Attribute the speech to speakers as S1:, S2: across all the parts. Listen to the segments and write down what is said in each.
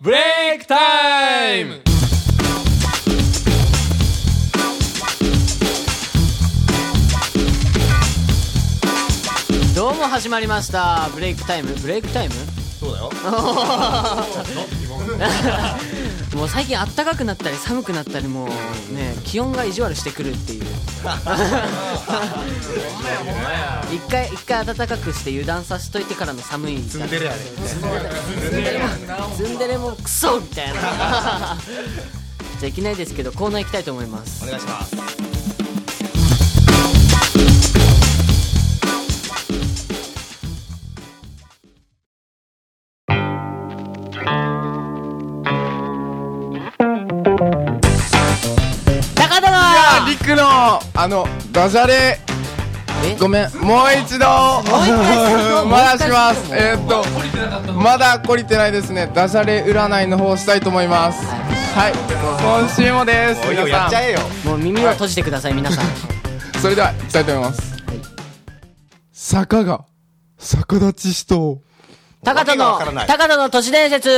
S1: ブレイクタイム
S2: どうも始まりましたブレイクタイムブレイクタイム
S3: そうだよ。
S2: もう最近あったかくなったり寒くなったりもうね気温が意地悪してくる っていう一回一回暖かくして油断させといてからの寒い
S3: ツンデレやね。
S2: ツンデレもクソみたいな じゃあいきないですけどコーナー行きたいと思います
S3: お願いします。
S2: 高田の
S4: リクのあのダジャレ
S2: え
S4: ごめんもう一度
S2: う一回するの
S4: まだしますえーっとまだ懲りてないですねダジャレ占いの方したいと思いますはい今週もです
S3: おいよ、
S4: 皆
S3: やっち
S4: さ
S3: ゃえよ。
S2: もう耳を閉じてください皆さん
S4: んそれではいきたいと思います坂が逆立ちしと
S2: 高田の
S3: わけがわからない
S2: 高田の都市伝説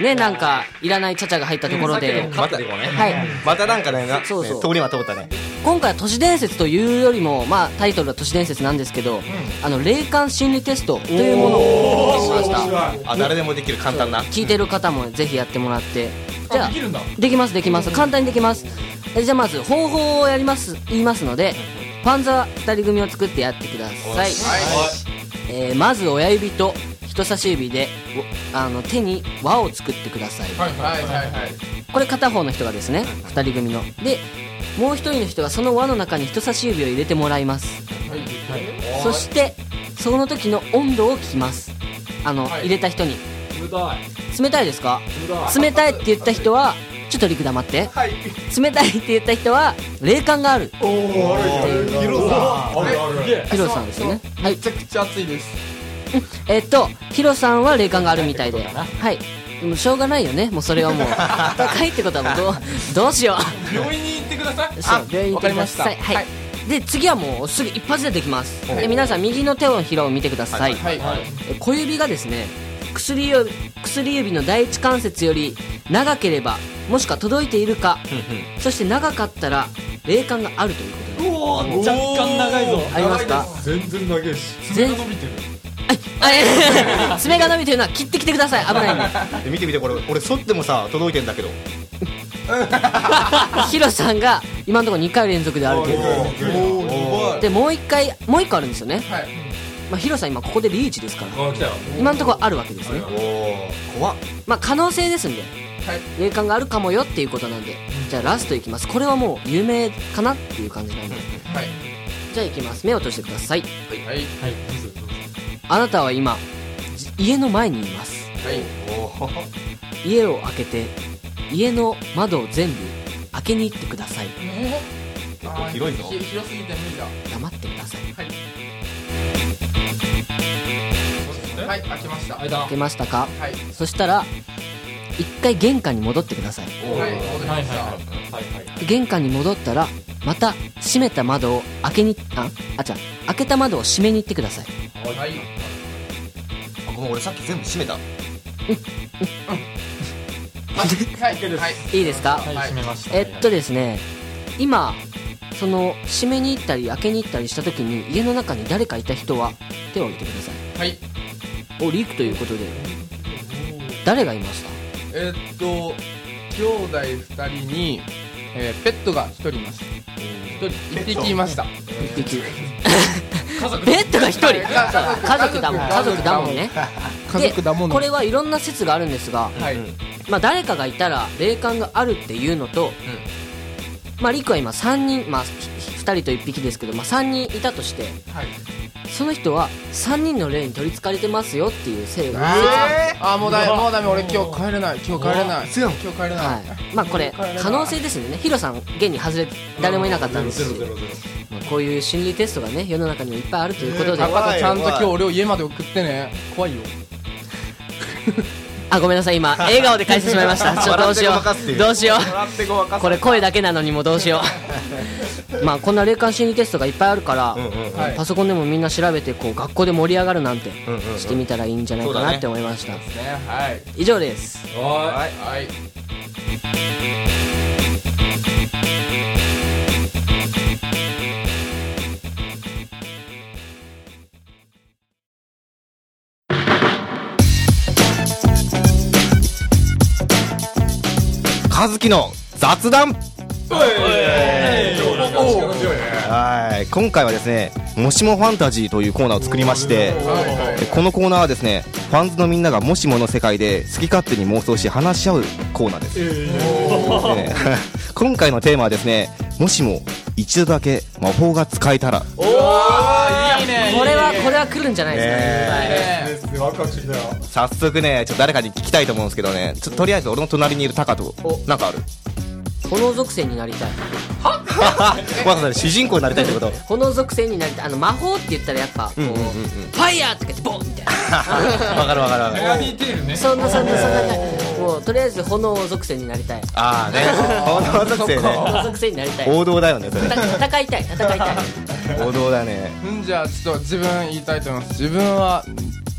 S2: ねなんかいらないチャチャが入ったところで、
S3: また、ね、
S2: はい
S3: またなんかね、なね
S2: そうそう
S3: 通りは通ったね。
S2: 今回は都市伝説というよりも、まあ、タイトルは都市伝説なんですけど、あの霊感心理テストというものをしました
S3: あ、誰でもできる簡単な。
S2: 聞いてる方もぜひやってもらってじゃあできますできます簡単にできますえじゃあまず方法をやります言いますのでパンザー2人組を作ってやってください、えーまず親指と人差し指でおあの手に輪を作ってください
S4: はいはいはいはい
S2: これ片方の人がですね2人組のでもう一人の人がその輪の中に人差し指を入れてもらいますそしてその時の温度を聞きますあの、入れた人に
S1: 冷たい
S2: 冷たいですか冷たいって言った人はちょっとリク黙って、冷たいって言った人は霊感があるヒロさんですよねはい
S4: めちゃくちゃ暑いです
S2: えっとヒロさんは霊感があるみたいではいでもしょうがないよねもうそれは もう高いってことはもうどうどうしよう
S1: 病院に行ってください
S2: そう病院に行ってくださいはい、で次はもうすぐ一発でできます、で皆さん右の手のひらを見てください、
S4: はいはい
S2: え小指がですね薬指薬指の第一関節より長ければもしくは届いているかそして長かったら霊感があるということで
S1: 若干長いぞ
S2: ありますか
S5: 全然長いし
S2: 全
S5: 爪が伸びてる
S2: あえへへ爪が伸びてるのは切ってきてください 危ないんで
S3: え見て見て、これ、俺、剃ってもさ、届いてんだけど。
S2: ヒロさんが今のところ2回連続であるという
S3: お
S2: でもう1回もう1個あるんですよね、
S4: はい
S2: まあ、ヒロさん今ここでリーチですから
S1: あ来たよ
S2: 今のところあるわけですね
S3: おー、怖っ。
S2: まあ可能性ですんで、
S4: はい
S2: 霊感があるかもよっていうことなんでじゃあラストいきますこれはもう有名かなっていう感じなんで
S4: はい
S2: じゃあいきます目を閉じてください
S4: はい
S5: はいどうぞどうぞ
S2: あなたは今じ家の前にいます
S4: はい
S2: 家を開けて家の窓を全部開けに行ってください
S3: 結構広いぞ。
S4: 広すぎて無理だ
S2: 黙ってください
S4: はい開けましたは
S1: 間
S2: 開けましたか
S4: い
S2: そしたら一回玄関に戻ってください
S4: はい戻りました
S2: 玄関に戻ったらまた閉めた窓を開けにああじゃ開けた窓を閉めに行ってください
S4: はい
S3: あ、ごめん、俺さっき全部閉めた。
S4: はいはい
S2: いいですか
S5: はい閉めました
S2: えっとですね今その閉めに行ったり開けに行ったりした時に家の中に誰かいた人は手を挙げてください
S4: はい
S2: おリークということで誰がいました
S4: えーっと兄弟二人に、えーペットが一人いました一人一匹いました
S2: 一匹ベッドが一人家族だもん家族だもんね
S4: 家族だもん
S2: でこれはいろんな説があるんですが、
S4: はい
S2: まあ、誰かがいたら霊感があるっていうのと、まあ、リクは今3人、まあ、2人と1匹ですけど、まあ、3人いたとして
S4: はい
S2: その人は3人の霊に取りつかれてますよっていう性が、
S4: あーもうだめもうダメ俺今日帰れない今日帰れない今日帰れない、
S2: はい、まあこれ可能性ですよねヒロさん現に外れ誰もいなかったんですし、
S5: ゼロゼロ
S2: まあこういう心理テストがね世の中にもいっぱいあるということで、
S4: 高
S3: 怖
S4: 田
S3: い
S4: ちゃんと今日俺を家まで送ってね怖いよ
S2: あごめんなさい今笑顔で返してしまいましたちょっとどうしよ
S3: 笑ってごまかすっていうう
S2: どうしようこれ声だけなのにもどうしようまあこんな霊感心理テストがいっぱいあるから、
S3: うんうんうん
S2: パソコンでもみんな調べてこう学校で盛り上がるなんて
S3: うんうんうん
S2: してみたらいいんじゃないか
S3: そうだ
S2: な
S3: ね
S2: って思いました、
S1: はい
S2: 以上です
S1: は
S4: はい
S3: 和樹の雑談
S4: おー
S3: はい今回はですね「もしもファンタジー」というコーナーを作りましてえこのコーナーはですねファンズのみんながもしもの世界で好き勝手に妄想し話し合うコーナーです、でね今回のテーマはですねもしも一度だけ魔法が使えたら
S1: いいいね
S2: これはこれは来るんじゃないですか、
S3: ね
S5: ですワクワクしてきたよ
S3: 早速ねちょっと誰かに聞きたいと思うんですけどねちょっととりあえず俺の隣にいるタカとなんかある
S2: 炎属性になりたい
S3: わざわざ主人公になりたいってこと
S2: 炎属性になりたいあの魔法って言ったらやっぱこう,、ファイヤーって言ってボンみたいな
S3: わかるわかるわかる
S1: ガビーテールね
S2: そんなそんなそんなもうとりあえず炎属性になりたい
S3: ああね炎属性ね
S2: 炎属性になりたい
S3: 王道だよねそ れ
S2: た戦いたい戦いたい
S3: 王道だね
S4: うんじゃあちょっと自分言いたいと思います自分は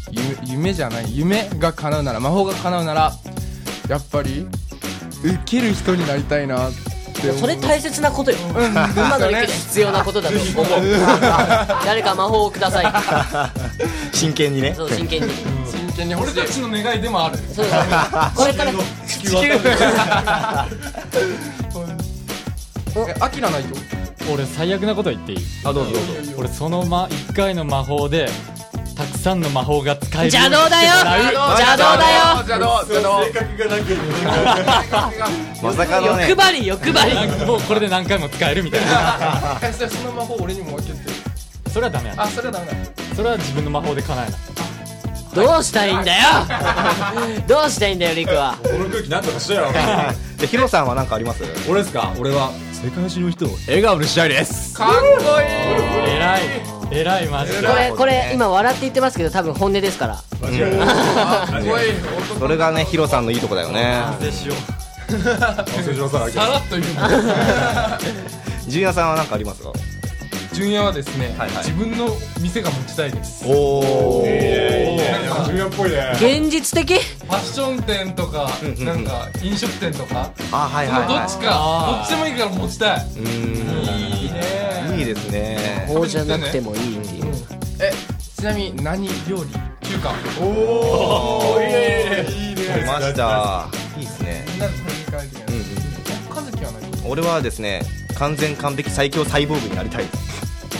S4: 夢夢じゃない夢が叶うなら魔法が叶うならやっぱり受ける人になりたいなって思う
S2: それ大切なことよ今の意見で必要なことだと思う誰か魔法をください
S3: 真剣にね
S2: そう真 剣に
S4: 真剣に欲
S1: 俺
S4: しい
S1: たちの願いでもある
S2: そうそうこれから
S5: 地球
S4: えアキラないと
S6: 俺最悪なこと言っていい
S3: あどうぞどうぞ
S6: 俺そのま1回の魔法でたくさんの魔法が使える
S2: 邪道だよ邪道だよ
S4: じゃあどうじゃあどう
S5: 性格がなけれ
S3: まさかのね
S2: 欲張り欲張り
S6: なんかもうこれで何回も使えるみたいな
S4: えそれその魔法俺にも分けて
S6: それはダメな
S4: あそれはダメだ
S6: のそれは自分の魔法で叶えな
S2: どうしたいんだよどうしたいんだよリクは
S5: ばこの空気なんとかしてよ
S3: でヒロさんは何かあります
S5: 俺ですか俺は世界中の人を笑顔にしたいです
S4: かっこいい
S6: 偉い偉いマジで
S2: これこれ今笑って言ってますけど多分本音ですから
S4: かっこいい
S3: それがねヒロさんのいいとこだよね
S5: 瀬島さんあげ
S1: さらっと言うもん
S3: ジュニアさんは何かありますか
S1: 純也はですね
S3: はいはい
S1: 自分の店が持ちたいです
S3: おお
S5: 自分っぽいね
S2: 現実的
S1: ファッション店とかなんか飲食店とか
S3: あはい
S1: そ
S3: はい
S1: のど
S3: は
S1: っ
S3: い
S1: ちかどっちでもいいから持ちたいう
S3: ーんいいですね
S2: こうじゃなくてもいいっていう
S4: えちなみに何料理
S1: 中華
S5: いいね
S3: 来ましたいいですね
S4: みんなでそれに変えて
S3: うん
S4: ね
S3: う
S4: カズキは何
S3: ん俺はですね完全完璧最強サイボーグになりたいです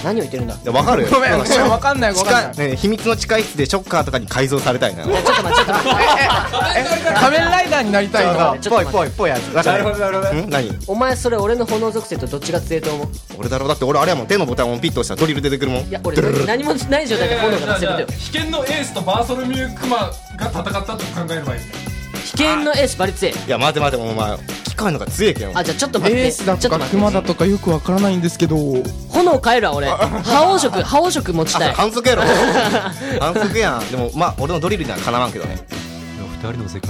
S2: 何を言ってるんだ
S3: いやわかる
S4: ごめん
S3: なん
S4: ご
S3: かし
S4: めんわかんないわ
S3: 地
S4: かんな
S3: 下
S4: い
S3: ね秘密の地下室でショッカーとかに改造されたいな
S2: ちょっと待ってちょっと待って
S4: 仮面ライダーになりたいの
S2: ちょっと
S3: ぽい
S2: 待って
S3: ぽいぽいやつな
S5: なるほどなるほど
S3: ん何
S2: お前それ俺の炎属性とどっちが強いと思う
S3: 俺だろだって俺あれやもん手のボタンをピッと押したらドリル出てくるもん
S2: いや俺何もない状態で炎が出せるんだよ
S1: 危険のエースとバーソルミュークマが戦ったと考えればいい
S2: 危険のエースバリツェ
S3: いや待て待てお前機械の方が強いけん
S2: あじゃあちょっと待って
S4: エー
S2: ち
S4: ス
S2: ょ
S4: だ
S2: っと
S4: とか
S2: 待って
S4: 熊だとかよくわからないんですけど
S2: 炎変えるわ俺覇王色覇王色持ち
S3: あそ
S2: た
S3: れ
S2: い
S3: 反 則やろ反則やんでもまあ俺のドリルにはかなわんけどね
S5: 二人の世界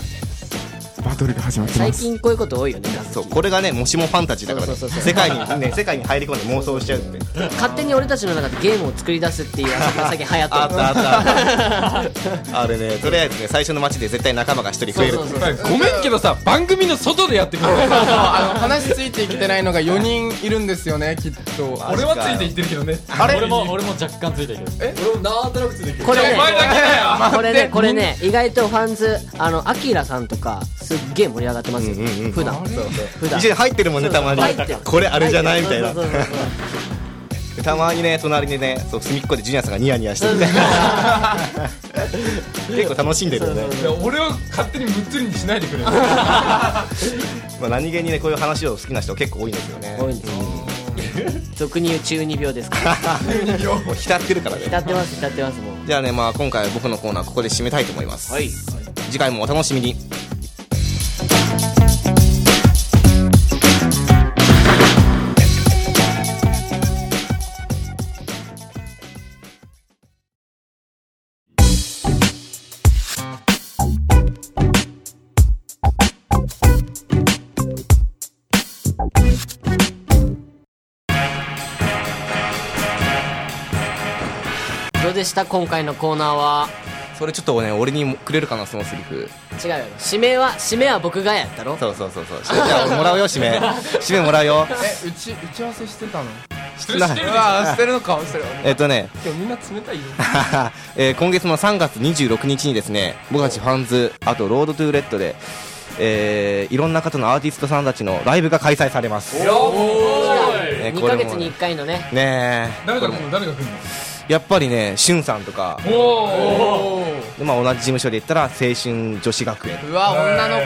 S4: バトルが始まって
S2: 最近こういうこと多いよね
S3: そうこれがねもしもファンタジーだからね
S2: そうそうそうそう
S3: 世界にね世界に入り込んで妄想しちゃうって
S2: 勝手に俺たちの中でゲームを作り出すっていう遊びが最近流行ってる
S3: あったあったあったあれねとりあえずね最初の街で絶対仲間が一人増える
S2: そうそうそう
S1: ごめんけどさ番組の外でやってくれ
S4: あの話ついていけてないのが4人いるんですよねきっと
S3: ジ
S1: 俺
S3: か
S1: はついていってるけどね
S3: あれ
S6: 俺も俺も若干ついてるけど
S5: 俺もなんとなくついてきて
S2: これね
S1: お前だけだよ
S2: これねこれね意外とファンズあのアキラさんとかすっげえ盛り上がってますよ、普段普段
S3: 一緒に入ってるもんねたまに
S2: 入ってる
S3: これあれじゃないみたい
S2: そ
S3: な
S2: うそうそうそう
S3: たまにね隣にねそう隅っこでジュニアさんがニヤニヤして るね結構楽しんでるよね
S1: いや俺を勝手にむっつりにしないでくれよ
S3: まあ何気にねこういう話を好きな人結構多いんですよね
S2: 多いんですよ俗に言う中二病ですから
S3: もう浸ってるからね
S2: 浸ってます浸ってますもう
S3: じゃあねまあ今回は僕のコーナーここで締めたいと思います、
S2: はい
S3: 次回もお楽しみに
S2: した今回のコーナーは
S3: それちょっとね俺にもくれるかなそのセリフ
S2: 違うよ指名は指名は僕がやったろ
S3: そうそうそうそうじゃあもらうよ締め締めもら うよ
S4: え、うち、打ち合わせしてたの
S1: 知ってる知って
S4: う
S1: る
S4: わー、してるのか、してる。
S3: えっとね
S4: 今日みんな冷たいよ。
S3: えー今月の3月26日にですね僕たちファンズあとロードトゥーレッドで、えーいろんな方のアーティストさんたちのライブが開催されますね
S2: 2
S3: こ
S2: ヶ
S3: れも
S2: 月に1回のね
S3: ねえ
S1: 誰が
S3: こ
S1: 来
S3: れ
S1: る
S3: も
S1: の誰が来るの
S3: やっぱりねしゅんさんとか
S1: おお
S3: で、まあ、同じ事務所で言ったら青春女子学園
S4: うわ、女の子。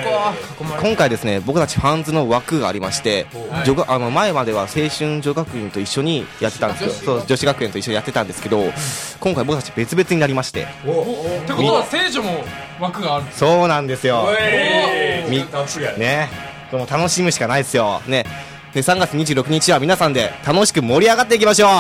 S4: 囲まれ
S3: 今回ですね僕たちファンズの枠がありまして、女学あの前までは青春女学院と一緒にやってたんですよそう女子学園と一緒にやってたんですけど、今回僕たち別々になりまして
S1: ってことは聖女も枠がある
S3: そうなんですよ
S1: え
S3: みねこれも楽しむしかないですよねで3月26日は皆さんで楽しく盛り上がっていきましょう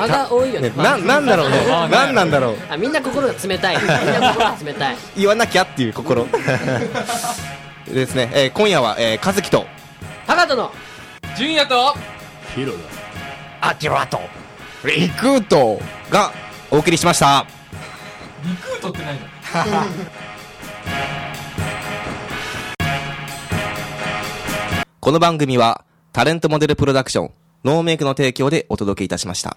S2: 間が多いよね
S3: ね、ななんだろうねなんなんだろう
S2: あみんな心が冷たいみんな心が冷たい
S3: 言わなきゃっていう心 ですね、えー今夜は、えー、和樹と
S2: 高人の
S1: 純也と
S3: アキラと
S4: リクート。
S3: がお送りしました
S1: リクートってないの
S3: この番組はタレントモデルプロダクションノーメイクの提供でお届けいたしました